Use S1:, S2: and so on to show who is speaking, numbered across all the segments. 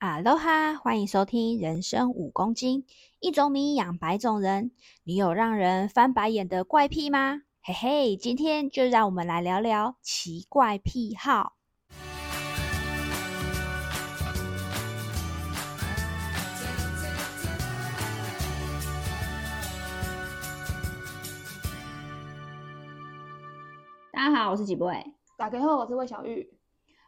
S1: 哈喽哈，欢迎收听《人生五公斤》，一种米养百种人。你有让人翻白眼的怪癖吗？嘿嘿，今天就让我们来聊聊奇怪癖好。大家好，我是几位。
S2: 打开后，我是魏小玉。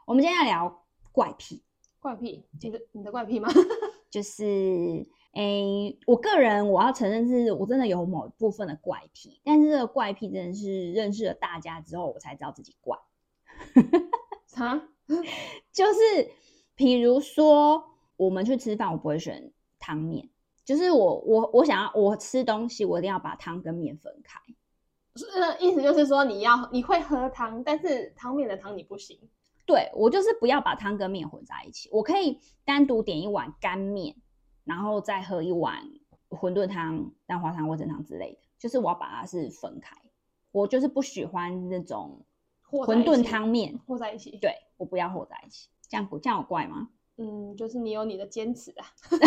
S1: 我们今天要聊怪癖，
S2: 怪癖，你的你的怪癖吗？
S1: 就是诶、我个人我要承认是我真的有某部分的怪癖，但是这个怪癖真的是认识了大家之后，我才知道自己怪。
S2: 啊？
S1: 就是比如说我们去吃饭，我不会选汤面，就是我我我想要我吃东西，我一定要把汤跟面分开。
S2: 是呃意思就是说你要你会喝汤，但是汤面的汤你不行。
S1: 对我就是不要把汤跟面混在一起，我可以单独点一碗干面，然后再喝一碗馄饨汤、蛋花汤、味噌汤之类的，就是我要把它是分开。我就是不喜欢那种
S2: 和在
S1: 馄
S2: 一
S1: 饨
S2: 起
S1: 汤面，
S2: 和在一起。，
S1: 对我不要和在一起，这样不这样有怪吗？
S2: 嗯，就是你有你的坚持啊。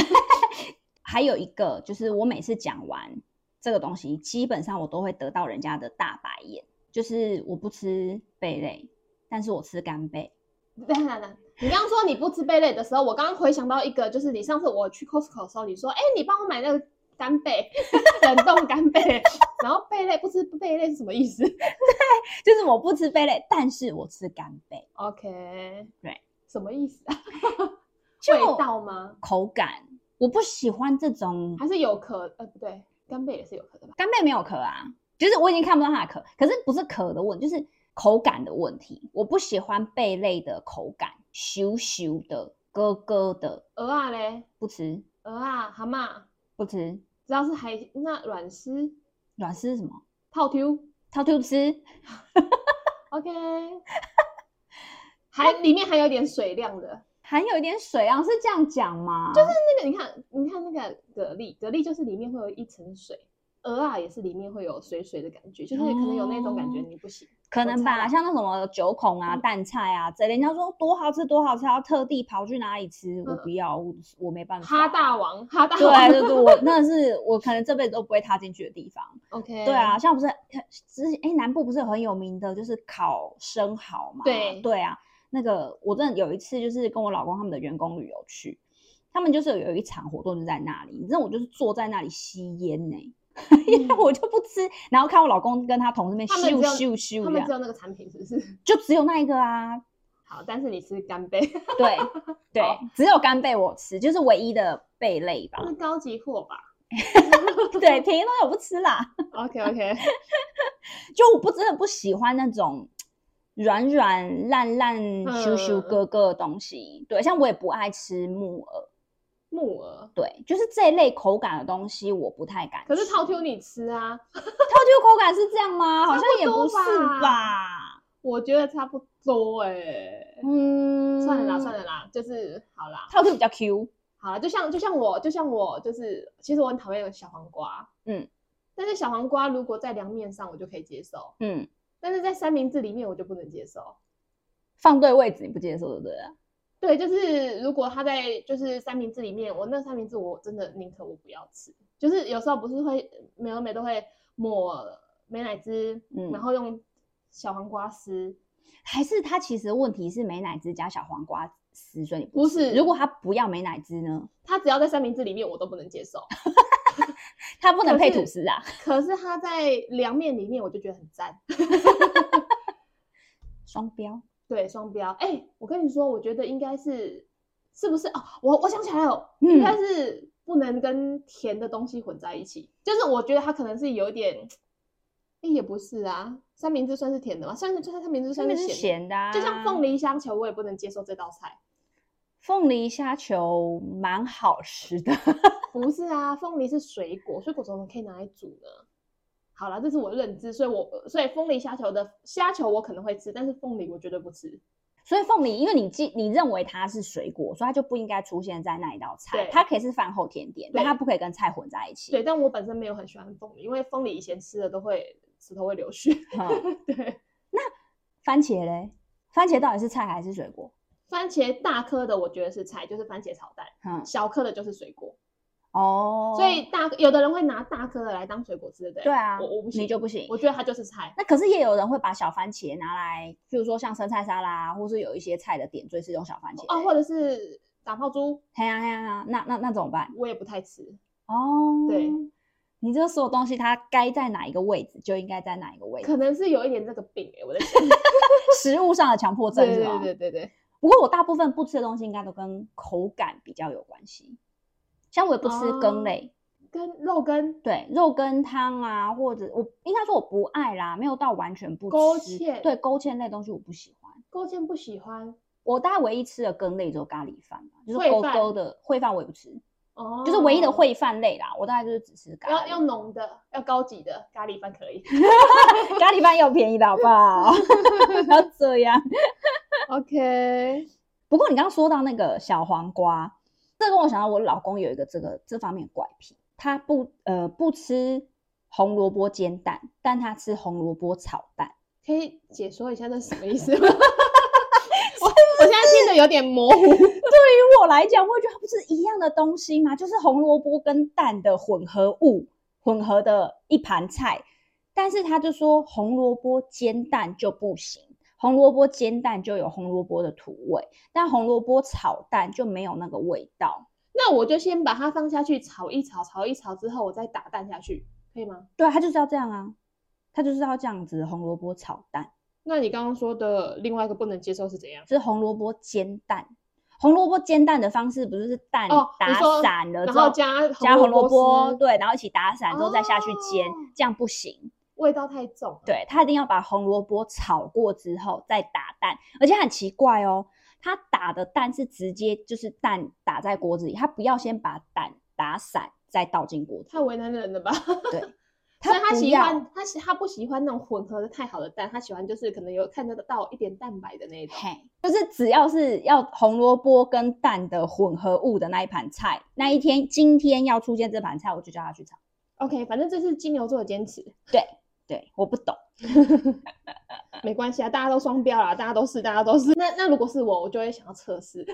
S1: 还有一个就是，我每次讲完这个东西，基本上我都会得到人家的大白眼，就是我不吃贝类，但是我吃干贝。
S2: 当然了，你刚刚说你不吃贝类的时候，我刚刚回想到一个，就是你上次我去 Costco 的时候，你说，哎、你帮我买那个干贝， 冷冻干贝，然后贝类不吃贝类是什么意思
S1: 就是我不吃贝类，但是我吃干贝，
S2: ？OK，
S1: 对，
S2: 什么意思啊？
S1: 就
S2: 味道吗？
S1: 口感，我不喜欢这种
S2: 还是有壳？呃，不对，干贝也是有壳的吧？
S1: 干贝没有壳啊，就是我已经看不到它的壳，可是不是壳的问题，就是口感的问题。我不喜欢贝类的口感，咻咻的、咯咯的，
S2: 鹅啊嘞，
S1: 不吃，
S2: 鹅啊，蛤蟆，
S1: 不吃。
S2: 只要是海那软丝
S1: 软丝是什么？
S2: 套 Q
S1: 掏兔吃。
S2: ，OK，还里面还有点水量的。
S1: 含有一点水啊，是这样讲吗？就是
S2: 那个你看，你看那个蛤蜊，蛤蜊就是里面会有一层水，鹅啊也是里面会有水水的感觉，就是可能有那种感觉
S1: 哦
S2: 你不行。
S1: 可能吧，
S2: 我猜啦啊
S1: 像那什么九孔啊、
S2: 嗯
S1: 蛋菜啊这类，人家说多好吃多好吃，要特地跑去哪里吃，我不要，我我没办法。
S2: 嗯哈大王，哈大王
S1: 对啊对对，我那是我可能这辈子都不会踏进去的地方。
S2: ，OK，
S1: 对啊，，像不是之前哎，南部不是有很有名的就是烤生蚝嘛？
S2: 对
S1: 对啊，那个我真的有一次就是跟我老公他们的员工旅游去，他们就是有一场活动就在那里，你知道我就是坐在那里吸烟呢、因为
S2: 嗯
S1: 我就不吃，然后看我老公跟他同事那边
S2: 他们
S1: 咻
S2: 只
S1: 咻
S2: 有
S1: 咻
S2: 他
S1: 这
S2: 们只
S1: 样，
S2: 有那个产品是不是？
S1: 就只有那一个啊，
S2: 好，但是你吃干 贝，
S1: 对 对
S2: 好，嗯
S1: 只有干贝我吃，就是唯一的贝类吧
S2: 那。是高级货吧
S1: 对，便宜东西我不吃啦，
S2: ？OK OK，
S1: 就我不真的不喜欢那种软软烂烂、咻咻
S2: 嗯
S1: 咯咯的东西。对，像我也不爱吃木耳，
S2: 木耳，
S1: 对，就是这一类口感的东西我不太敢吃。
S2: 可是套 Q 你吃啊，
S1: 它就口感是这样吗？好像
S2: 差不
S1: 也不
S2: 多
S1: 是
S2: 吧
S1: 吧？
S2: 我觉得差不多哎、
S1: 嗯，
S2: 算了啦，算了啦，就是好啦，
S1: 套 Q 比较 Q，
S2: 好啦，就像就像我，就像我，就是其实我很讨厌小黄瓜，
S1: 嗯，
S2: 但是小黄瓜如果在凉面上我就可以接受，
S1: 嗯，
S2: 但是在三明治里面我就不能接受。
S1: 放对位置你不接受，对不对了？
S2: 对，就是如果它在就是三明治里面，我那三明治我真的宁可我不要吃，就是有时候不是会美而美都会抹美乃滋，
S1: 嗯
S2: 然后用小黄瓜丝，
S1: 还是它其实问题是美乃滋加小黄瓜丝，所以你不
S2: 不是，
S1: 如果它不要美乃滋呢？
S2: 它只要在三明治里面我都不能接受。
S1: 它不能
S2: 可
S1: 配
S2: 是
S1: 吐司啊，
S2: 可是它在凉面里面，我就觉得很赞。
S1: 双标。
S2: 对，双标。哎、我跟你说，我觉得应该是，是不是？哦，我我想起来了，
S1: 嗯
S2: 应该是不能跟甜的东西混在一起。就是我觉得它可能是有一点，哎、也不是啊。三明治算是甜的吗？算是，算是三明治
S1: 上
S2: 算
S1: 面
S2: 是
S1: 是
S2: 咸
S1: 咸
S2: 的。
S1: 的、啊，
S2: 就像凤梨香球，我也不能接受这道菜。
S1: 凤梨虾球蛮好吃的，
S2: 不是啊，凤梨是水果，水果怎么可以拿来煮呢？好啦，这是我的认知，所以我所以凤梨虾球的虾球我可能会吃，但是凤梨我绝对不吃。
S1: 所以凤梨，因为你记你认为它是水果，所以它就不应该出现在那一道菜，
S2: 对
S1: 它可以是饭后甜点，但
S2: 对
S1: 它不可以跟菜混在一起。
S2: 对，但我本身没有很喜欢凤梨，因为凤梨以前吃的都会舌头会 流血。
S1: 嗯，
S2: 对，
S1: 番茄嘞，番茄到底是菜还是水果？
S2: 番茄大颗的，我觉得是菜，就是番茄炒蛋；
S1: 嗯，
S2: 小颗的就是水果。
S1: 哦，
S2: 所以大有的人会拿大颗的来当水果吃，对不对？
S1: 对啊，
S2: 我我不行，
S1: 你就不行。
S2: 我觉得它就是菜。
S1: 那可是也有人会把小番茄拿来，比如说像生菜沙拉，啊或是有一些菜的点缀是用小番茄
S2: 哦，
S1: 的
S2: 或者是打泡猪，
S1: 嘿呀嘿呀嘿呀，那那那怎么办？
S2: 我也不太吃。
S1: 哦，
S2: 对，
S1: 你这所有东西它该在哪一个位置就应该在哪一个位置，
S2: 可能是有一点这个病哎、我在想。
S1: 食物上的强迫症
S2: 对
S1: 是吧？
S2: 对对对对，
S1: 不过我大部分不吃的东西应该都跟口感比较有关系，像我也不吃
S2: 哦
S1: 羹类，
S2: 跟肉跟
S1: 对肉羹汤啊，或者我应该说我不爱啦，没有到完全不吃。
S2: 勾芡
S1: 对勾芡类东西我不喜欢。
S2: 勾芡不喜欢
S1: 我大概唯一吃的羹类只有咖喱饭吧，就是
S2: 烩
S1: 勾
S2: 饭
S1: 勾的烩饭我也不吃，
S2: 哦，
S1: 就是唯一的烩饭类啦，我大概就是只吃咖
S2: 要
S1: 喱。
S2: 要浓的，要高级的咖喱饭 可以。
S1: 咖喱饭也有便宜的好不 好？不要这样。
S2: OK，
S1: 不过你刚刚说到那个小黄瓜，这跟我想到我老公有一个这个这方面的怪癖，他不呃不吃红萝卜煎蛋，但他吃红萝卜炒蛋。
S2: 可以解说一下那是什么意思吗？ 我我现在听得有点模糊。
S1: 对我来讲，我会觉得它不是一样的东西吗？就是红萝卜跟蛋的混合物，混合的一盘菜。但是他就说红萝卜煎蛋就不行，红萝卜煎蛋就有红萝卜的土味，但红萝卜炒蛋就没有那个味道。
S2: 那我就先把它放下去炒一炒，炒一炒之后，我再打蛋下去，可以吗？
S1: 对，他就是要这样啊，他就是要这样子，红萝卜炒蛋，
S2: 那你刚刚说的另外一个不能接受是怎样？
S1: 就是红萝卜煎蛋。红萝卜煎蛋的方式不是是蛋
S2: 哦你
S1: 打
S2: 说
S1: 散了之
S2: 然
S1: 后
S2: 后加
S1: 呃加红萝卜，
S2: 丝
S1: 对，然后一起打散之后再下去煎，
S2: 哦
S1: 这样不行。
S2: 味道太重了。
S1: 对他一定要把红萝卜炒过之后再打蛋，而且很奇怪哦，他打的蛋是直接就是蛋打在锅子里，他不要先把蛋打散再倒进锅子
S2: 太为难人了吧？
S1: 对
S2: 所以他
S1: 不
S2: 喜
S1: 要
S2: 欢他喜他不喜欢那种混合的太好的蛋，他喜欢就是可能有看得到一点蛋白的那一种。
S1: 嘿，就是只要是要红萝卜跟蛋的混合物的那一盘菜，那一天今天要出现这盘菜，我就叫他去炒。
S2: OK，反正这是金牛座的坚持，
S1: 对，我不懂，
S2: 没关系啊，大家都双标啦，大家都是，大家都是。 那那如果是我，我就会想要测试，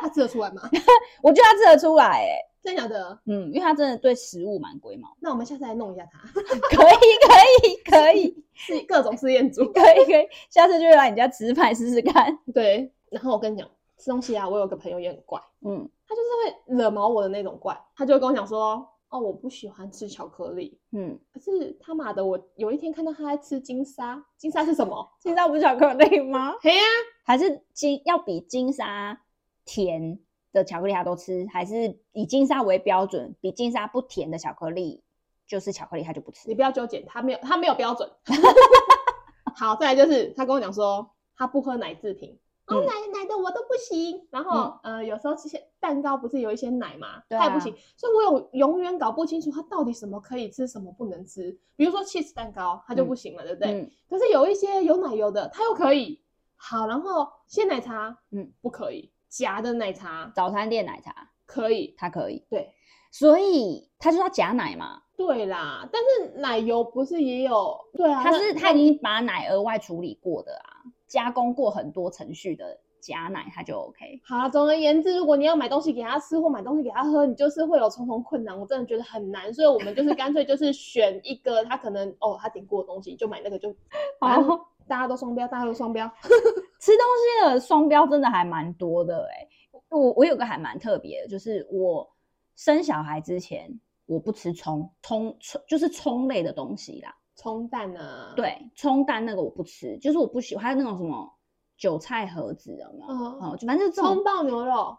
S2: 他吃得出来吗？
S1: 我觉得他吃得出来、欸，
S2: 真的假的？
S1: 嗯，因为他真的对食物蛮龟毛。
S2: 那我们下次来弄一下他，
S1: 可以，可以，可以。
S2: 是各种试验组。
S1: 可以可以，下次就来你家吃饭试试看。
S2: 对，然后我跟你讲，吃东西啊，我有个朋友也很怪，
S1: 嗯，
S2: 他就是会惹毛我的那种怪，他就会跟我讲说，哦，我不喜欢吃巧克力。
S1: 嗯，
S2: 可是他妈的，我有一天看到他在吃金沙，金沙是什么？
S1: 金沙不是巧克力吗？
S2: 嘿呀、
S1: 还是金要比金沙甜的巧克力他都吃，还是以金沙为标准，比金沙不甜的巧克力就是巧克力他就不
S2: 你
S1: 吃。
S2: 不要纠结，他没有他没有 标准。好，再来就是他跟我讲说他不喝奶制品，哦、
S1: 嗯
S2: 奶奶的我都不行。然后、呃有时候这些蛋糕不是有一些奶嘛，
S1: 对
S2: 他也
S1: 啊
S2: 不行，所以我有永远搞不清楚他到底什么可以吃，什么不能吃。比如说 cheese 蛋糕，他就不行了，对不对？
S1: 嗯，
S2: 可是有一些有奶油的，他又可以。好，然后鲜奶茶，
S1: 嗯
S2: 嗯，不可以，夹的奶茶
S1: 早餐店奶茶
S2: 可以，
S1: 他可以，
S2: 对。
S1: 所以他就是要假奶嘛，
S2: 对啦，但是奶油不是也有？对啊，
S1: 他
S2: 那
S1: 是他已经把奶额外处理过的啊，加工过很多程序的假奶他就 OK。
S2: 好啦，总而言之，如果你要买东西给他吃或买东西给他喝，你就是会有重重困难。我真的觉得很难，所以我们就是干脆就是选一个他可能哦他点过的东西就买那个 就。反正，大家都双标，大家都双标。
S1: 吃东西的双标真的还蛮多的哎、我我有个还蛮特别的，就是我生小孩之前我不吃葱，葱葱就是葱类的东西啦。
S2: 冲蛋啊，，
S1: 对，葱蛋那个我不吃，就是我不喜欢还有那种什么韭菜盒子有没有？
S2: 嗯
S1: 哦、就反正就这
S2: 葱
S1: 种
S2: 爆牛肉，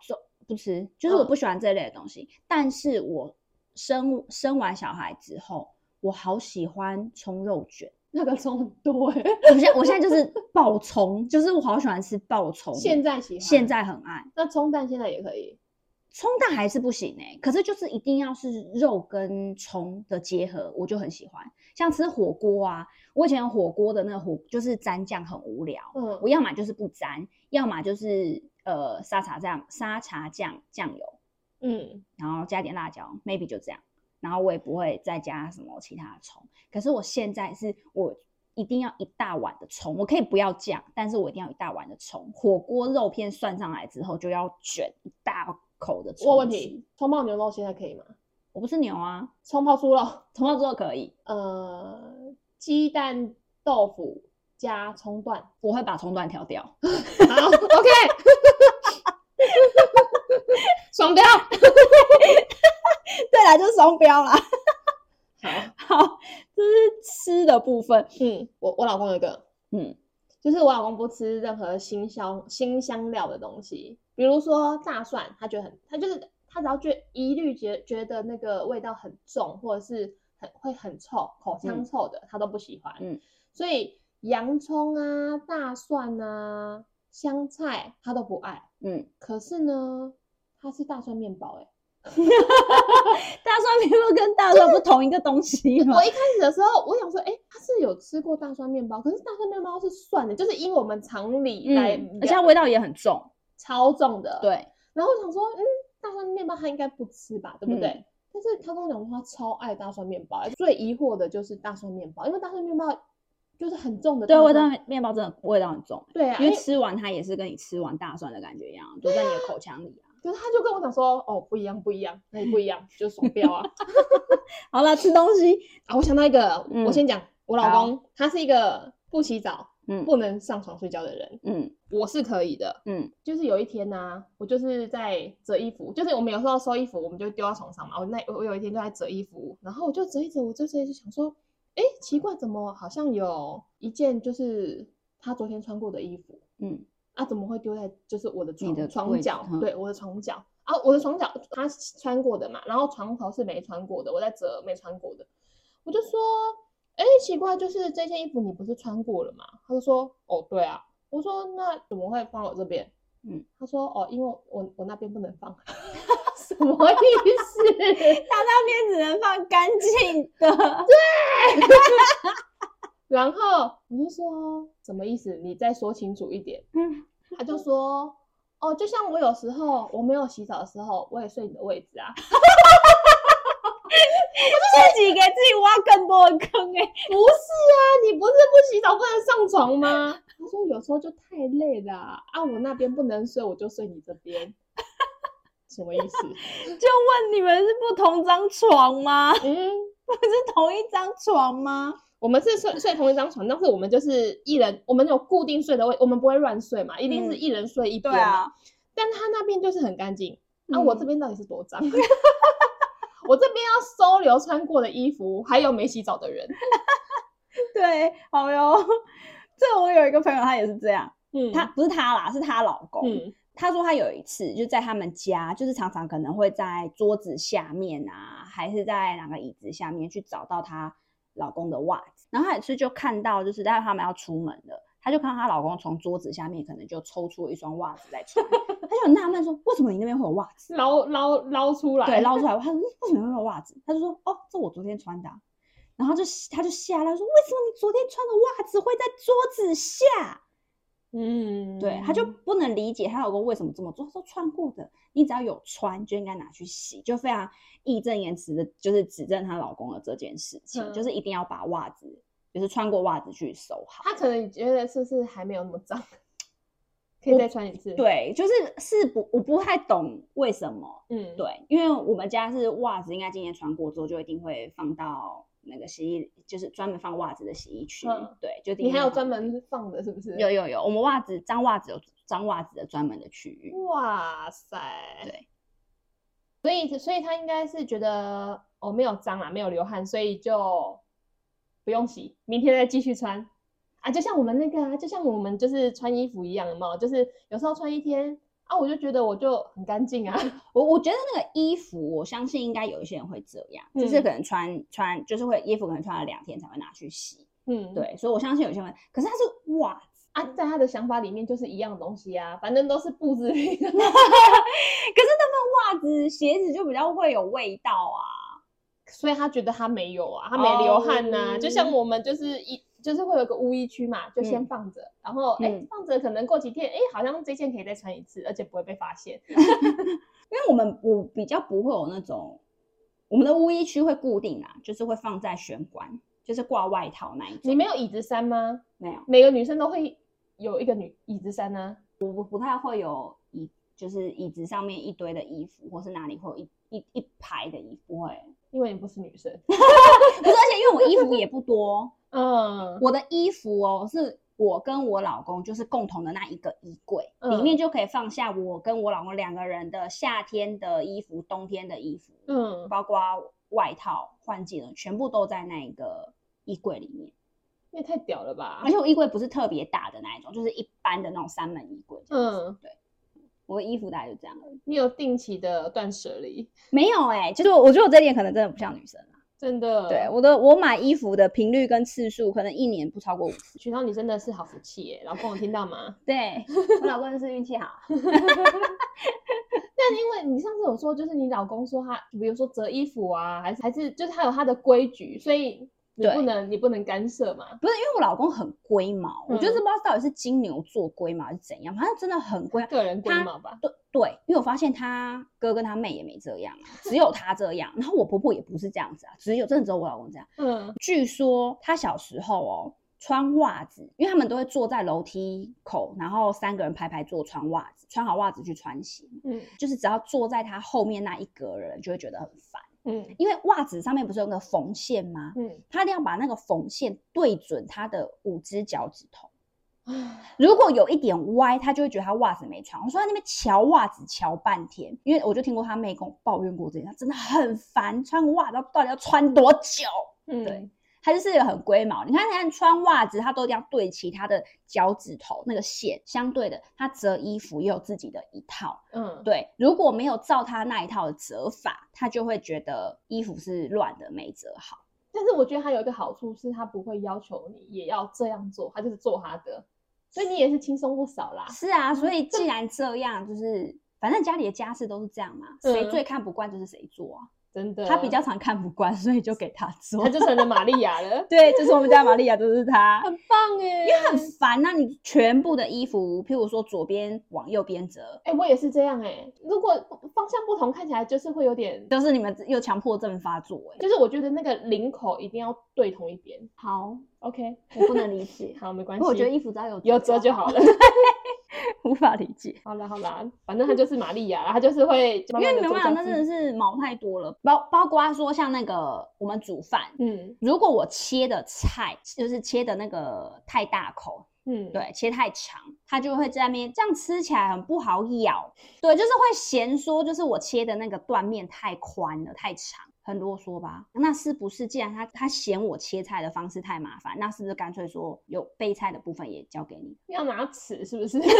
S1: 不吃，就是我
S2: 嗯
S1: 不喜欢这类的东西。但是我生生完小孩之后，我好喜欢葱肉卷。
S2: 那个葱很 多哎、
S1: 我现在我现在 就是爆葱，就是我好喜欢吃爆葱。
S2: 现在喜欢，
S1: 现在很爱。
S2: 那冲蛋现在也可以。
S1: 葱蛋还是不行哎、可是就是一定要是肉跟葱的结合，我就很喜欢。像吃火锅啊，我以前火锅的那个火就是蘸酱很无聊，
S2: 嗯，
S1: 我要么就是不蘸，要么就是呃沙茶酱、沙茶酱、酱油，
S2: 嗯，
S1: 然后加点辣椒，maybe 就这样。然后我也不会再加什么其他的葱。可是我现在是我一定要一大碗的葱，我可以不要酱，但是我一定要一大碗的葱。火锅肉片算上来之后，就要卷一大口的葱。
S2: 我有问，题，葱爆牛肉现在可以吗？
S1: 我不是牛啊，
S2: 葱爆猪肉，
S1: 葱爆之后可以，
S2: 呃，鸡蛋豆腐加葱段。
S1: 我会把葱段挑掉。
S2: 好，OK，爽标。
S1: 对啦，就是双标啦。
S2: 好，
S1: 好，这是吃的部分。
S2: 嗯，我我老公有一个，
S1: 嗯，
S2: 就是我老公不吃任何新香新香料的东西，比如说大蒜，他觉得很，他就是他只要觉一律觉觉得那个味道很重，或者是很会很臭，口腔
S1: 嗯
S2: 臭的，他都不喜欢。
S1: 嗯，
S2: 所以洋葱啊、大蒜啊、香菜他都不爱。
S1: 嗯，
S2: 可是呢，他吃大蒜面包、欸，
S1: 大蒜面包跟大蒜不同一个东西吗
S2: 我？一开始的时候，我想说，哎、他是有吃过大蒜面包，可是大蒜面包是蒜的，就是因为我们常理来
S1: 嗯，而且
S2: 聊
S1: 它味道也很重。
S2: 超重的，。
S1: 对，
S2: 然后我想说，嗯，大蒜面包他应该不吃吧，对不对？
S1: 嗯
S2: 但是他跟我讲说他超爱大蒜面包，最疑惑的就是大蒜面包，因为大蒜面包就是很重的，
S1: 对，味道，面包真的味道很重。
S2: 对啊，
S1: 因
S2: 因
S1: 为
S2: 为
S1: 吃完它也是跟你吃完大蒜的感觉一样，都在你的口腔里啊。
S2: 可是他就跟我讲说，哦，不一样，不一样，那也不一样，就是双 标啊。
S1: 好了，吃东西，
S2: 啊，我想到一个，
S1: 嗯
S2: 我先讲，我老
S1: 好
S2: 公他是一个不洗澡、
S1: 嗯
S2: 不能上床睡觉的人，
S1: 嗯
S2: 我是可以的。
S1: 嗯
S2: 就是有一天呢、我就是在折衣服，就是我们有时候收衣服，我们就丢到床上嘛。我那我我有一天就在折衣服，然后我就折一折，我就折一折，想说，哎，奇怪，怎么好像有一件就是他昨天穿过的衣服
S1: 嗯
S2: 啊？怎么会丢在就是我的床
S1: 的位
S2: 床
S1: 置
S2: 角？
S1: 嗯
S2: 对，我的床角啊，我的床角他穿过的嘛，然后床头是没穿过的，我在折没穿过的，我就说，哎，奇怪，就是这件衣服你不是穿过了吗？他就说，哦，对啊。我说那怎么会放我这边？
S1: 嗯，
S2: 他说哦，因为我我那边不能放， 什么意思？
S1: 它那边只能放干净的。
S2: 然后我就说什么意思？你再说清楚一点。
S1: 嗯，
S2: 他就说哦，就像我有时候我没有洗澡的时候，我也睡你的位置啊，
S1: 自己给自己挖更多的坑 哎、
S2: 不是啊，你不是不洗澡不能上床吗？ 他说有时候就太累了啊，啊我那边不能睡，我就睡你这 边，什么意思？
S1: 就问你们是不同张床吗？
S2: 嗯。
S1: 是同一张床吗？
S2: 我们是睡睡同一张床，但是我们就是一人，我们有固定睡的位，我们不会乱睡嘛，一定是
S1: 嗯
S2: 一人睡一边、
S1: 对啊，，
S2: 但他那边就是很干净，那、我这
S1: 嗯
S2: 边到底是多脏？ 我这边要收留穿过的衣服，还有没洗澡的 人。
S1: 对，好哟。 这我有一个朋友，他也是这样，
S2: 嗯，
S1: 他不是他啦，是她老公。
S2: 嗯
S1: 她说她有一次就在他们家，就是常常可能会在桌子下面啊，还是在哪个椅子下面去找到她老公的袜子。然后她有一次就看到，就是待会他们要出门了，她就看到她老公从桌子下面可能就抽出了一双袜子在穿，她就很纳闷说：“为什么你那边会有袜子
S2: 捞捞捞出？”来，
S1: 对，捞出来，她说：“嗯为什么会有袜子？”她就说：“哦，这我昨天穿的啊、然后就她就吓了，说：“为什么你昨天穿的袜子会在桌子下？”
S2: 嗯，
S1: 对，她就不能理解她老公为什么这么做。她说穿过的，你只要有穿就应该拿去洗，就非常义正言辞的，就是指正她老公的这件事情，就
S2: 嗯
S1: 是一定要把袜子，就是穿过袜子去收好。
S2: 他可能觉得是不是还没有那么脏，可以再穿一次。，
S1: 对，就是是不，我不太懂为什么。
S2: 嗯，
S1: 对，因为我们家是袜子，应该今天穿过之后就一定会放到那个洗衣，就是专门放袜子的洗衣区。
S2: 嗯
S1: 对，就一定
S2: 你还
S1: 会
S2: 有
S1: 放
S2: 专门放的，是不是？
S1: 有有有，我们袜子脏袜子有脏袜子的专门的区域。
S2: 哇塞，
S1: 对，
S2: 所以所以他应该是觉得哦没有脏啦，没有流汗，所以就不用洗，明天再继续穿啊，就像我们那个啊，就像我们就是穿衣服一样，有没有？就是有时候穿一天啊，我就觉得我就很干净啊，
S1: 我我觉得那个衣服，我相信应该有一些人会这样，就是
S2: 嗯
S1: 可能穿穿，就是会衣服可能穿了两天才会拿去洗，
S2: 嗯，
S1: 对，所以我相信有些人会，可是它是袜子，
S2: 啊，在他的想法里面就是一样的东西啊，反正都是布制品，啊
S1: 可是那份袜子、鞋子就比较会有味道啊，
S2: 所以他觉得他没有啊，他没流汗呐、就像
S1: 哦
S2: 我们就是一。就是会有一个污衣区嘛，就先
S1: 嗯
S2: 放着，然后哎、
S1: 嗯
S2: 放着可能过几天，哎、好像这件可以再穿一次，而且不会被发现。
S1: 因为我们我比较不会有那种，我们的污衣区会固定啊，就是会放在玄关，就是挂外套那一种。
S2: 你没有椅子衫吗？
S1: 没有，
S2: 每个女生都会有一个女椅子衫啊呢、
S1: 我不太会有椅，就是椅子上面一堆的衣服，或是哪里会有一一一排的衣服、欸。
S2: 因为你不是女生。
S1: 不是，而且因为我衣服也不多，
S2: 嗯，
S1: 我的衣服哦，是我跟我老公就是共同的那一个衣柜，
S2: 嗯
S1: 里面就可以放下我跟我老公两个人的夏天的衣服、冬天的衣服，
S2: 嗯，
S1: 包括外套、换季的，全部都在那一个衣柜里面。
S2: 你也太屌了吧
S1: 而！且我衣柜不是特别大的那一种，就是一般的那种三门衣柜这样子。
S2: 嗯
S1: 对，我的衣服大概就这样而已。
S2: 你有定期的断舍离，
S1: 没有哎、就是我觉得我这点可能真的不像女生啊。
S2: 真的。
S1: 对，我的我买衣服的频率跟次数，可能一年不超过五次。
S2: 许涛，你真的是好福气耶！老公，有听到吗？
S1: 对我老公是运气好，
S2: 但因为你上次有说，就是你老公说他，比如说折衣服啊，还是还是就是他有他的规矩，所以你
S1: 对
S2: 不能你不能干涉嘛。
S1: 不是因为我老公很龟毛，我觉得
S2: 嗯
S1: 这不知道到底是金牛座龟毛还是怎样，反正真的很龟。
S2: 个人规
S1: 他
S2: 毛吧。
S1: 对对，因为我发现他哥跟他妹也没这样啊，只有他这样。然后我婆婆也不是这样子啊，只有真的只有我老公这样。
S2: 嗯
S1: 据说他小时候哦，穿袜子，因为他们都会坐在楼梯口，然后三个人排排坐穿袜子，穿好袜子去穿鞋。
S2: 嗯
S1: 就是只要坐在他后面那一格的人就会觉得很烦，
S2: 嗯
S1: 因为袜子上面不是有个缝线吗？
S2: 嗯，
S1: 他一定要把那个缝线对准他的五只脚趾头。
S2: 唉
S1: 如果有一点歪，他就会觉得他袜子没穿。我说他那边瞧袜子瞧半天，因为我就听过他妹跟我抱怨过这件事，他真的很烦，穿个袜子到底要穿多久？
S2: 嗯
S1: 对他就是有很龟毛。你看，你看穿袜子，他都一定要对齐他的脚趾头那个线。相对的，他折衣服也有自己的一套。
S2: 嗯
S1: 对，如果没有照他那一套的折法，他就会觉得衣服是乱的，没折好。
S2: 但是我觉得他有一个好处是，他不会要求你也要这样做，他就是做他的，所以你也是轻松不少啦。
S1: 是啊，所以既然这样，就是反正家里的家事都是这样嘛，谁
S2: 嗯
S1: 最看不惯就是谁做啊。
S2: 真的，
S1: 他比较常看不惯，所以就给他做，
S2: 他。就成了玛利亚了
S1: 对，就是我们家玛利亚，就是他。
S2: 很棒哎、
S1: 因为很烦呐、你全部的衣服，譬如说左边往右边折，
S2: 哎、我也是这样哎、如果方向不同，看起来就是会有点，
S1: 就是你们又强迫症发作哎、
S2: 就是我觉得那个领口一定要对同一边。
S1: 好，
S2: OK，。
S1: 我不能理解
S2: 好，没关
S1: 不
S2: 系，
S1: 过我觉得衣服只要有
S2: 有折就好了。
S1: 无法理解。
S2: 好啦好啦，反正他就是玛利 亚啦，他就是会慢
S1: 因
S2: 慢
S1: 为
S2: 地
S1: 你们
S2: 做这
S1: 讲啊
S2: 样
S1: 那
S2: 子，
S1: 真的是毛太多了，包包括说像那个我们煮饭，
S2: 嗯
S1: 如果我切的菜就是切的那个太大口，
S2: 嗯，
S1: 对，切太长，它就会在那边这样吃起来很不好咬，对，就是会嫌说就是我切的那个断面太宽了，太长。很啰嗦吧？那是不是既然他他嫌我切菜的方式太麻烦，那是不是干脆说有备菜的部分也交给你？
S2: 要拿尺是不 是？
S1: 什么意思？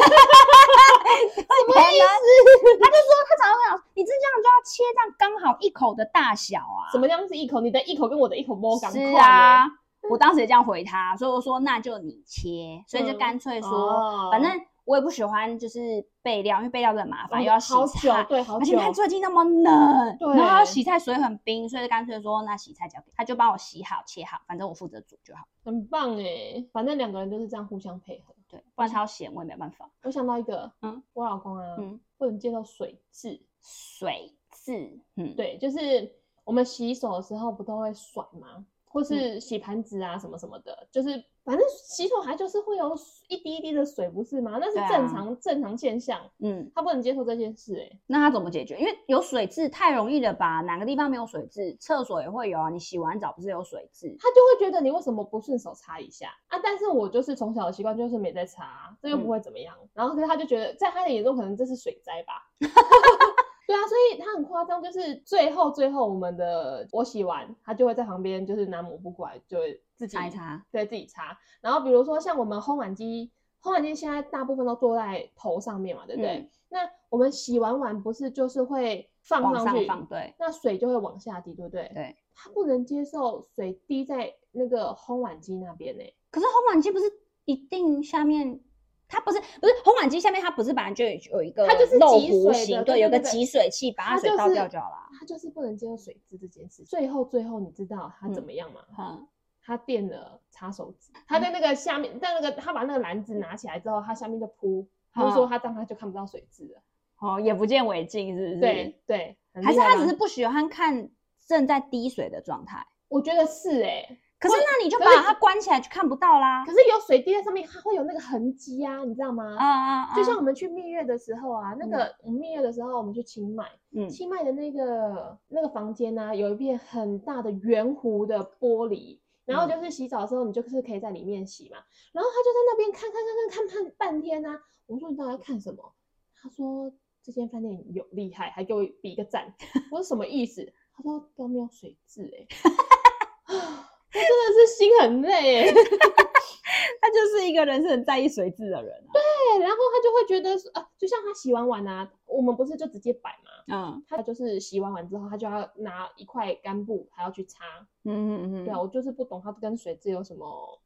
S1: 他就说他常常会讲，你这样就要切这样刚好一口的大小啊？
S2: 什么样是一口？你的一口跟我的一口摸赶快、
S1: 是啊，我当时也这样回他，所以我说那就你切，所以就
S2: 嗯
S1: 干脆
S2: 欸，
S1: 说，
S2: 哦
S1: 反正我也不喜欢就是备料，因为备料就很麻烦，
S2: 哦
S1: 又要洗
S2: 好久，
S1: 菜。
S2: 对，好
S1: 而且
S2: 久
S1: 你，看最近那么冷，
S2: 对
S1: 然后要洗菜水很冰，所以就干脆说那洗菜交给他，就帮我洗好切好，反正我负责煮就好。
S2: 很棒哎。反正两个人就是这样互相配合。
S1: 对，不然他要咸我也没办法。
S2: 我想到一个，
S1: 嗯
S2: 嗯，我老公啊，
S1: 嗯，
S2: 不能接受水渍，
S1: 水渍，嗯，，
S2: 对，就是我们洗手的时候不都会甩吗？
S1: 嗯
S2: 或是洗盘子啊什么什么的，就是反正洗手台就是会有一滴一滴的水，不是吗？那是
S1: 对啊
S2: 正常、正常现象，
S1: 嗯，
S2: 他不能接受这件事哎、
S1: 那他怎么解决？因为有水渍太容易了吧？哪个地方没有水渍？厕所也会有啊，你洗完澡不是有水渍？
S2: 他就会觉得你为什么不顺手擦一下啊？但是我就是从小的习惯就是没在擦啊，这又
S1: 嗯
S2: 不会怎么样。然后可是他就觉得，在他的眼中可能这是水灾吧。 对啊，所以他很夸张，就是最后最后我们的我洗完，他就会在旁边就是拿抹布过来，就会自己
S1: 擦一擦，
S2: 对自己擦。然后比如说像我们烘碗机，烘碗机现在大部分都坐在头上面嘛，对不对？
S1: 嗯
S2: 那我们洗完碗不是就是会放
S1: 往
S2: 上
S1: 上
S2: 去，
S1: 放，对
S2: 那水就会往下滴，对不对？
S1: 对。
S2: 他不能接受水滴在那个烘碗机那边呢、
S1: 可是烘碗机不是一定下面，它不是不是烘碗机下面它不是本来就有有一个
S2: 它就是
S1: 漏
S2: 挤
S1: 壶
S2: 水的
S1: 型，
S2: 对对
S1: 有个
S2: 对
S1: 集水器把它
S2: 它
S1: 水
S2: 就
S1: 倒
S2: 是
S1: 掉就好啦。
S2: 他就是不能接受水渍这件事。最后最后，你知道他怎
S1: 嗯
S2: 么样吗？
S1: 嗯，
S2: 他垫了擦手纸，他在那个下面，在那个他把那个篮子拿起来之后，他下面就铺，他就说
S1: 嗯
S2: 他这样他就看不到水渍了。
S1: 哦，眼不见为净是不是？
S2: 对，对，很
S1: 还
S2: 厉
S1: 是
S2: 害
S1: 他
S2: 吧
S1: 只是不喜欢看正在滴水的状态。
S2: 我觉得是哎、
S1: 可可是那你就
S2: 可
S1: 把
S2: 是
S1: 它关起来就看不到啦
S2: 可。是有水滴在上面，它会有那个痕迹啊，你知道吗？
S1: 啊啊啊！
S2: 就像我们去蜜月的时候啊，那个我们蜜月的时候，我们去清迈，
S1: 嗯
S2: 清迈的那个那个房间呢、有一片很大的圆弧的玻璃，然后就是洗澡的时候，你就是可以在里面洗嘛。然后他就在那边看看看看看看半天呢、我说你到底在看什么？他说这间饭店有厉害，还给我比一个赞。 我说什么意思？他说都没有水质哎、 我真的是心很累哎、
S1: 他就是一个人是很在意水质的
S2: 啊
S1: 人
S2: 对，然后他就会觉得说，呃，就像他洗完碗啊，我们不是就直接摆嘛，
S1: 啊。嗯
S2: 他就是洗完碗之后，他就要拿一块干布，还要去擦。
S1: 嗯嗯嗯
S2: 对啊，
S1: 嗯，
S2: 我就是不懂他跟水质有什么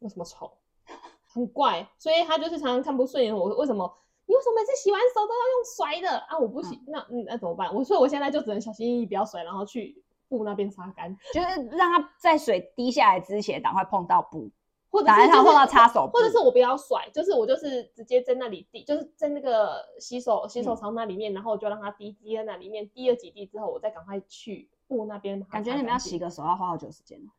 S2: 有什么仇， 很怪，所以他就是常常看不顺眼我为什么。你为什么每次洗完手都要用甩的啊？我不洗，那嗯那怎么办？我所以我现在就只能小心翼翼不要甩，然后去布那边擦干，
S1: 就是让他在水滴下来之前赶快碰到布，
S2: 或者
S1: 打在
S2: 是、就是、
S1: 他碰到擦手布
S2: 或者是我不要甩，就是我就是直接在那里滴，就是在那个洗手洗
S1: 嗯
S2: 手槽那里面，然后我就让它滴滴在那里面，滴了几滴之后，我再赶快去布那边把它
S1: 感觉
S2: 擦
S1: 你们
S2: 干
S1: 要
S2: 净
S1: 洗个手要花好久时间哦。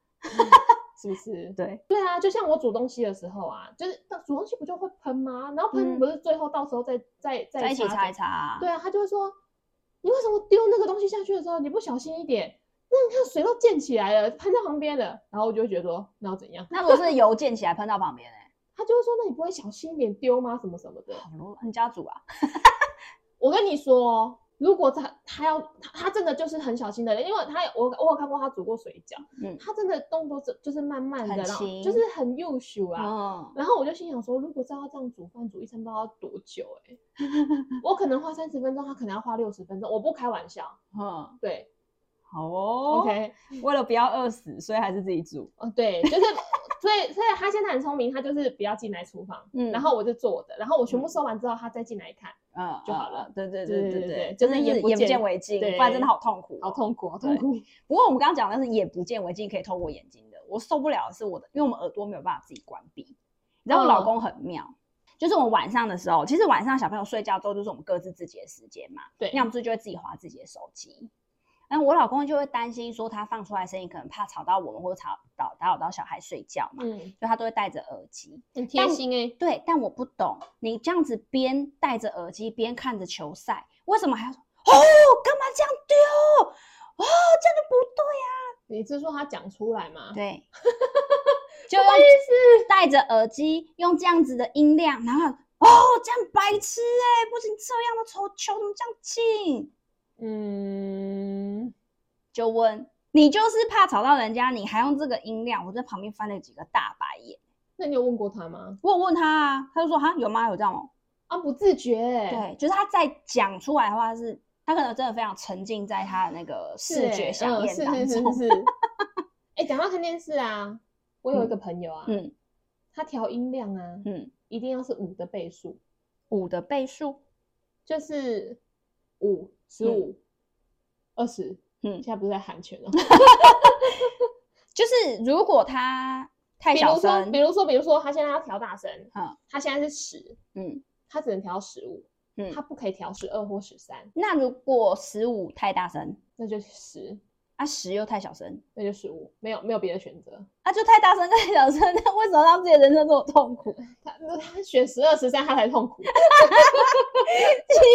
S2: 是不是？
S1: 对，
S2: 对啊，就像我煮东西的时候啊，就是那煮东西不就会喷吗？然后喷
S1: 嗯
S2: 不是最后到时候再再再
S1: 在一起
S2: 擦
S1: 擦一
S2: 着
S1: 擦啊。
S2: 对啊，他就会说，你为什么丢那个东西下去的时候你不小心一点？那你看水都溅起来了，喷在旁边了，然后我就会觉得说，那要怎样？
S1: 那如果是油溅起来喷到旁边呢？
S2: 他就会说，那你不会小心一点丢吗？什么什么的。
S1: 好咯你家煮啊？
S2: 我跟你说哦，如果他他要他他真的就是很小心的人，因为他有我我有看过他煮过水饺，
S1: 嗯
S2: 他真的动作就就是慢慢的，
S1: 很
S2: 然后
S1: 轻
S2: 就是很优秀啊。
S1: 嗯，
S2: 然后我就心想说，如果照他这样煮饭，煮一餐不知道要多久哎、我可能花三十分钟，他可能要花六十分钟，我不开玩笑。
S1: 嗯，
S2: 对、
S1: 好哦。
S2: o k
S1: 为了不要饿死，所以还是自己煮。
S2: 哦对，就是所以所以他现在很聪明，他就是不要进来厨房，
S1: 嗯
S2: 然后我就做我的，然后我全部收完之后，他再进来看，
S1: 嗯，
S2: 就好了
S1: 嗯。对对对
S2: 对对
S1: 对
S2: 对
S1: 对，
S2: 就是是
S1: 眼
S2: 眼
S1: 不
S2: 不
S1: 见
S2: 见
S1: 为净，
S2: 对
S1: 不然真的好痛苦哦。
S2: 好痛苦，好痛苦。
S1: 不过我们刚刚讲的是眼不见为净，可以透过眼睛的。我受不了的是我的，因为我们耳朵没有办法自己关闭。你知道我老
S2: 嗯
S1: 公很妙，就是我们晚上的时候，其实晚上小朋友睡觉之后就是我们各自自己的时间嘛，
S2: 对，
S1: 要么就就会自己划自己的手机。然后我老公就会担心说他放出来的声音可能怕吵到我们或者吵到打扰到小孩睡觉嘛，
S2: 嗯，
S1: 所以他都会戴着耳机。
S2: 很贴心哎、
S1: 对，但我不懂，你这样子边戴着耳机边看着球赛，为什么还要说哦？干嘛这样丢？哦，这样就不对啊！
S2: 你是说他讲出来吗？
S1: 对，就用戴着耳机，用这样子的音量，然后哦，这样白痴哎、不行，这样的球球怎么这样进？
S2: 嗯，
S1: 就问你就是怕吵到人家，你还用这个音量，我在旁边翻了几个大白眼。
S2: 那你有问过他吗？
S1: 我有问他啊，他就说哈有吗？有这样哦、
S2: 啊，不自觉哎、
S1: 对，就是他在讲出来的话是。他可能真的非常沉浸在他的那个
S2: 是
S1: 视
S2: 欸
S1: 觉响
S2: 嗯
S1: 宴当中，
S2: 是是 是是。哎、讲到看电视啊，我有一个朋友啊，
S1: 嗯
S2: 他调音量啊，
S1: 嗯，
S2: 一定要是五的倍数，
S1: 五的倍数，
S2: 就是五、十五、二十。
S1: 嗯
S2: 现在不是在喊拳哦。
S1: 就是如果他太
S2: 比
S1: 小
S2: 如说，
S1: 声
S2: 比，如说，比如说，他现在要调大声，
S1: 嗯
S2: 他现在是十，
S1: 嗯，
S2: 他只能调十五，
S1: 嗯
S2: 他不可以调十二或十三，
S1: 那如果十五太大声，
S2: 那就十，
S1: 啊十又太小声，
S2: 那就十五，没有没有别的选择。
S1: 啊就太大声太小声，那为什么让自己的人生这么痛苦？奇
S2: 他那他选十二、十三，他才 痛苦。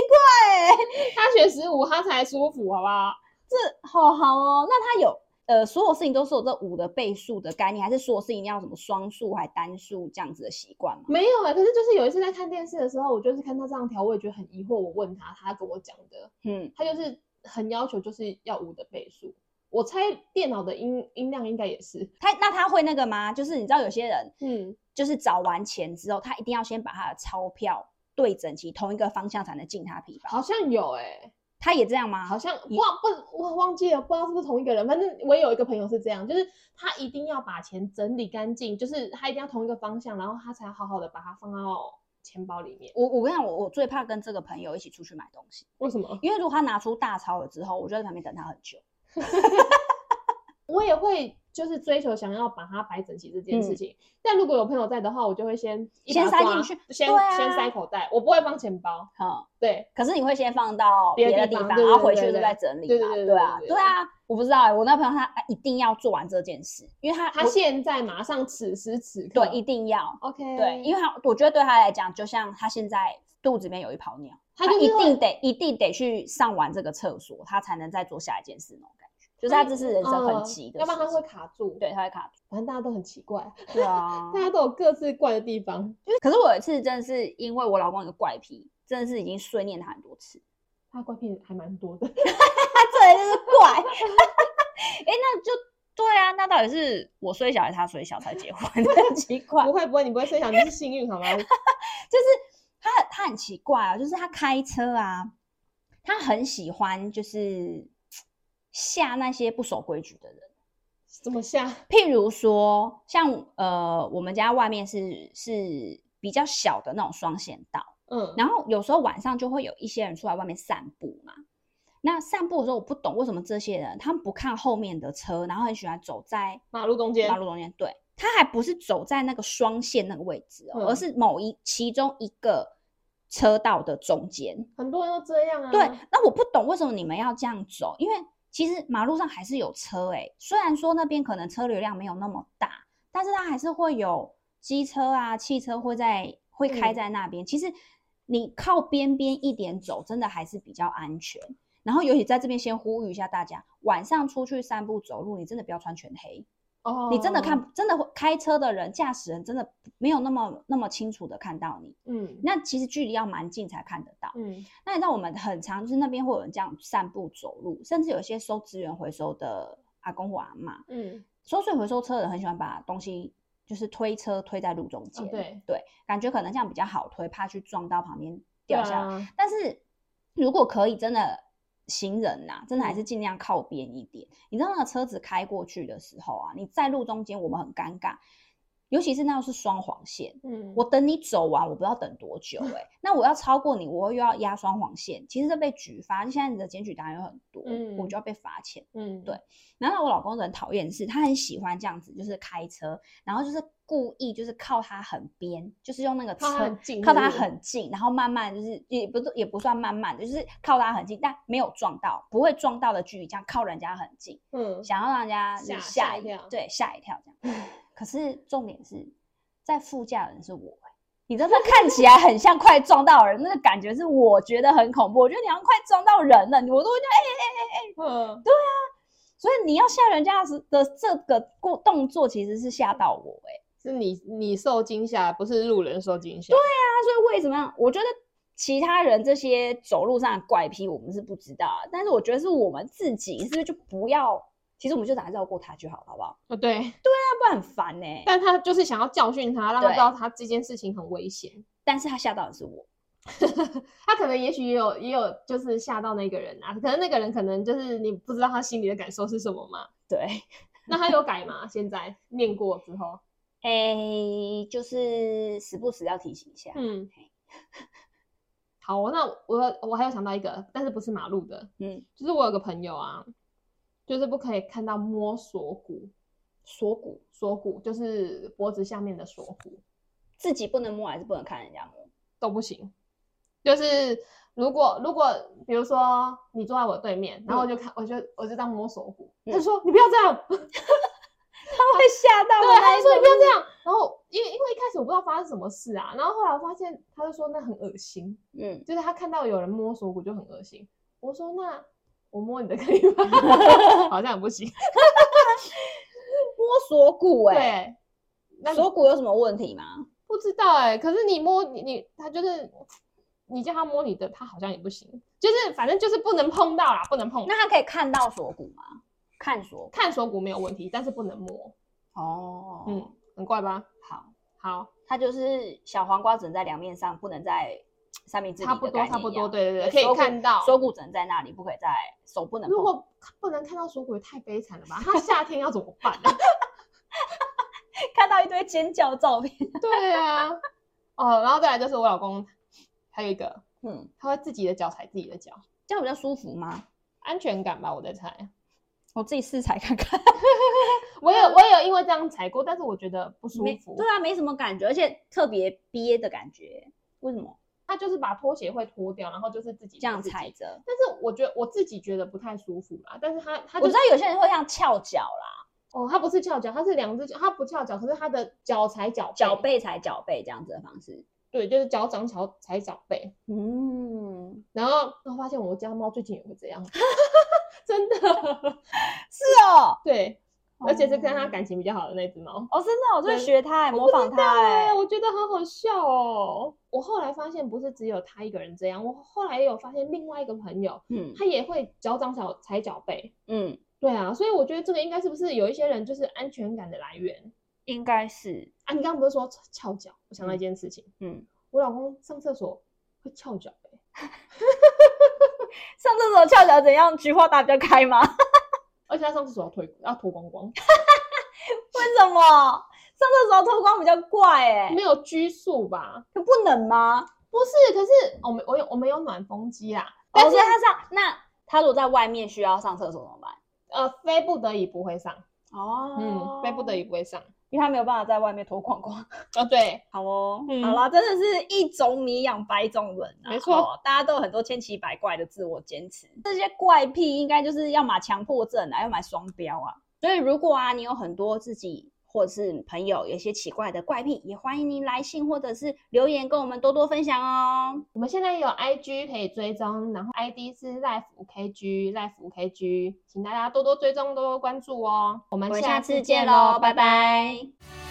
S1: 怪、欸，
S2: 他选十五，他才舒服，好不好？
S1: 这好好哦。那他有呃所有事情都是有这五的倍数的概念，还是所有事情一定要什么双数还单数这样子的习惯吗？
S2: 没有哎、可是就是有一次在看电视的时候，我就是看他这样调，我也觉得很疑惑。我问他，他跟我讲的，
S1: 嗯，
S2: 他就是很要求，就是要五的倍数。我猜电脑的音音量应该也是，
S1: 他那他会那个吗？就是你知道有些人
S2: 嗯，
S1: 就是找完钱之后，他一定要先把他的钞票对整齐同一个方向才能进他皮包，
S2: 好像有哎、
S1: 他也这样吗？
S2: 好像不忘不我忘记了，不知道是不是同一个人。反正我也有一个朋友是这样，就是他一定要把钱整理干净，就是他一定要同一个方向，然后他才好好的把它放到钱包里面。
S1: 我我跟你讲，我我最怕跟这个朋友一起出去买东西。
S2: 为什么？
S1: 因为如果他拿出大钞了之后，我就在旁边等他很久。
S2: 我也会就是追求想要把它摆整齐这件事情。但如果有朋友在的话，我就会先一
S1: 嗯先
S2: 把
S1: 塞
S2: 抓
S1: 进去
S2: 先、
S1: 对啊
S2: 先塞口袋，我不会放钱包。
S1: 嗯，
S2: 对，
S1: 可是你会先放到
S2: 别
S1: 别
S2: 的
S1: 的
S2: 地
S1: 地
S2: 方
S1: 方，
S2: 对
S1: 然后
S2: 对
S1: 回
S2: 对
S1: 去
S2: 对
S1: 再整理
S2: 对
S1: 嘛，
S2: 对对
S1: 对啊，
S2: 对对
S1: 对啊，我不知道哎，我那朋友他一定要做完这件事，因为他
S2: 他
S1: 我
S2: 现在马上此时此刻，
S1: 对一定要
S2: OK，
S1: 对，因为他我觉得对他来讲，就像他现在肚子里面有一泡尿，
S2: 他
S1: 他
S2: 就是
S1: 一
S2: 会
S1: 定得一定得去上完这个厕所，他才能再做下一件事那种感觉，就是他这是人生很
S2: 嗯
S1: 急的
S2: 要
S1: 事情，
S2: 不然他会卡住。，
S1: 对他会卡住，
S2: 反正大家都很奇怪，
S1: 对啊
S2: 大家都有各自怪的地方。
S1: 可是我有一次真的是因为我老公有个怪癖，真的是已经碎念他很多次，
S2: 他怪癖还蛮多的，
S1: 他这人就是怪。 哎、那就对啊，那到底是我虽小还是他虽小才结婚？很奇怪，
S2: 不
S1: 就
S2: 会不会，你不会设想你是幸运好吗？
S1: 是他他很奇怪啊，就是他开车啊，他很喜欢就是吓那些不守规矩的人。
S2: 怎么下？
S1: 譬如说，像呃，我们家外面是是比较小的那种双线道，
S2: 嗯，
S1: 然后有时候晚上就会有一些人出来外面散步嘛。那散步的时候，我不懂为什么这些人他们不看后面的车，然后很喜欢走在
S2: 马路中间
S1: 马，路中间。对，他还不是走在那个双线那个位置、哦，
S2: 嗯
S1: 而是某一其中一个车道的中间。
S2: 很多人都这样啊。
S1: 对，那我不懂为什么你们要这样走，因为其实马路上还是有车诶、虽然说那边可能车流量没有那么大，但是它还是会有机车啊、汽车会在会开
S2: 嗯
S1: 在那边。其实你靠边边一点走，真的还是比较安全。然后，尤其在这边先呼吁一下大家，晚上出去散步走路，你真的不要穿全黑，
S2: 哦，
S1: 你真的看，真的会开车的人、驾驶人真的没有那么那么清楚的看到你。
S2: 嗯，
S1: 那其实距离要蛮近才看得到。
S2: 嗯
S1: 那你知道我们很常就是那边会有人这样散步走路，甚至有一些收资源回收的阿公或阿嬷，
S2: 嗯，
S1: 收税回收车的人很喜欢把东西就是推车推在路中间，
S2: 哦对
S1: 感觉可能这样比较好推，怕去撞到旁边
S2: 对
S1: 掉下来。
S2: 啊，
S1: 但是如果可以，真的行人呐、真的还
S2: 嗯
S1: 是尽量靠边一点。你知道那个车子开过去的时候啊，你在路中间我们很尴尬，尤其是那又是双黄线，
S2: 嗯，
S1: 我等你走完，我不知道等多久哎、那我要超过你，我又要压双黄线，其实这被举发，现在你的检举答案有很多，我
S2: 嗯
S1: 就要被罚钱。
S2: 嗯
S1: 对然后我老公很讨厌的是，他很喜欢这样子，就是开车，然后就是故意就是靠他很边，就是用那个车
S2: 靠他很近
S1: 靠
S2: 是
S1: 他
S2: 不是
S1: 很近，然后慢慢就是也不是也不算慢慢的，就是靠他很近，但没有撞到，不会撞到的距离，这样靠人家很近，
S2: 嗯，
S1: 想要让人家就是吓
S2: 吓吓一跳嗯
S1: 对，吓一跳这样。可是重点是在副驾的人是我欸、你真的看起来很像快撞到人，那个感觉是我觉得很恐怖。我觉得你要快撞到人了，你我都会觉得哎、
S2: 嗯，
S1: 所以你要吓人家的时的这个过动作其实是吓到我哎、
S2: 是你你受惊吓，不是路人受惊吓。
S1: 那
S2: 对，
S1: 啊所以为什么？我觉得其他人这些走路上的怪癖我们是不知道啊，但是我觉得是我们自己是不是就不要？其实我们就打绕过他就好了，好不好？
S2: 哦对，
S1: 要不然很烦欸呢、
S2: 但他就是想要教训他，让他
S1: 对
S2: 知道他这件事情很危险。
S1: 但是他吓到的是我，
S2: 他可能也许也有也有就是吓到那个人啊，可能那个人可能就是你不知道他心里的感受是什么嘛。
S1: 对。
S2: 那他有改吗？现在念过之后，
S1: 诶、哎就是时不时要提醒一下。
S2: 嗯， 好，那我我还有想到一个，但是不是马路的，
S1: 嗯，
S2: 就是我有个朋友啊，就是不可以看到摸锁骨，
S1: 锁骨
S2: 锁骨就是脖子下面的锁骨
S1: 自己不能摸，还是不能看人家摸？
S2: 都不行。就是如果如果比如说你坐在我对面，然后我就看、我就我就这样摸锁骨，他就说你不要这样，
S1: 他
S2: 对，
S1: 会吓到我
S2: 他
S1: 那
S2: 就
S1: 一
S2: 说你不
S1: 种。
S2: 要这样。然后因为因为一开始我不知道发生什么事啊，然后后来我发现他就说那很恶心，
S1: 嗯，
S2: 就是他看到有人摸锁骨就很恶心。我说那我摸你的可以吗？ 好像也不行。
S1: 摸锁骨、欸，
S2: 对，那
S1: 锁骨有什么问题吗？
S2: 不知道哎、可是你摸你你他就是你叫他摸你的，他好像也不行，就是反正就是不能碰到啦，不能碰。
S1: 那他可以看到锁骨吗？看锁骨。
S2: 看锁骨没有问题，但是不能摸，
S1: 哦，嗯，
S2: 嗯，很怪吧？
S1: 好，
S2: 好，
S1: 它就是小黄瓜只能在两面上，不能在三明治里
S2: 差不
S1: 的
S2: 多
S1: 概
S2: 差
S1: 念
S2: 不
S1: 一
S2: 多，
S1: 样
S2: 对对对，
S1: 锁
S2: 可以
S1: 骨
S2: 看到。
S1: 锁骨只能在那里，不可以在手不能碰。
S2: 如果不能看到锁骨也太悲惨了吧？他夏天要怎么办啊？
S1: 看到一堆尖叫照片，
S2: 对啊，哦，然后再来就是我老公，还有一个
S1: 嗯，
S2: 他会自己的脚踩自己的脚，
S1: 这样比较舒服吗？
S2: 安全感吧，我在猜。
S1: 我自己试踩看看。
S2: 我也我也有因为这样踩过，但是我觉得不舒
S1: 嗯没
S2: 服
S1: 对。啊，没什么感觉，而且特别憋的感觉。为什么
S2: 他就是把拖鞋会脱掉，然后就是自己
S1: 这样
S2: 自己
S1: 踩着？
S2: 但是我觉得我自己觉得不太舒服啦，啊但是他他
S1: 我知
S2: 就
S1: 道有些人会像翘脚啦，
S2: 哦，他不是翘脚，他是两只脚，他不翘脚，可是他的脚踩脚
S1: 脚背踩脚背这样子的方式。
S2: 对，就是脚掌脚踩脚背。
S1: 嗯，
S2: 然后我发现我家猫最近也会 这样，真的，
S1: 是哦，
S2: 对，而且是跟它
S1: 感
S2: 感情比较好的那只猫。
S1: 哦，真的哦，我在
S2: 对
S1: 学它欸，模
S2: 我不
S1: 仿
S2: 知道
S1: 它
S2: 哎、
S1: 哎。
S2: 我觉得很好笑哦。我后来发现不是只有他一个人这样，我后来也有发现另外一个朋友，
S1: 嗯
S2: 他也会脚掌脚踩脚背。
S1: 嗯，
S2: 对啊，所以我觉得这个应该是不是有一些人就是安全感的来源
S1: 应该是
S2: 啊？你刚刚不是说翘脚？我想到一件事情，
S1: 嗯，
S2: 我老公上厕所会翘脚、欸，
S1: 上厕所翘脚怎样？菊花打比较开吗？
S2: 而且他上厕所要脱要脱光光，
S1: 为什么上厕所脱光比较怪哎
S2: 没？有拘束吧？
S1: 可不能吗？
S2: 不是，可是我们我有我们有暖风机啦，但
S1: 我
S2: 是、
S1: 觉得它上那它如果在外面需要上厕所怎么办？
S2: 呃，非不得已不会上，
S1: 哦
S2: 嗯，非不得已，不会上。
S1: 因为它没有办法在外面脱光光。
S2: 哦，对，
S1: 好哦，
S2: 嗯
S1: 好啦，真的是一种米养百种人、啊，
S2: 没错
S1: 哦大家都有很多千奇百怪的自我坚持。这些怪癖应该就是要么强迫症啊，要么双标啊。所以如果啊，你有很多自己或者是朋友有一些奇怪的怪癖，也欢迎您来信或者是留言跟我们多多分享哦。
S2: 我们现在有 IG 可以追踪，然后 ID 是 life 五 KG life 五 KG，请大家多多追踪，多多关注哦。我们
S1: 我们
S2: 下
S1: 下
S2: 次
S1: 次
S2: 见
S1: 见
S2: 喽，
S1: 喽，
S2: 拜
S1: 拜
S2: 拜。
S1: 拜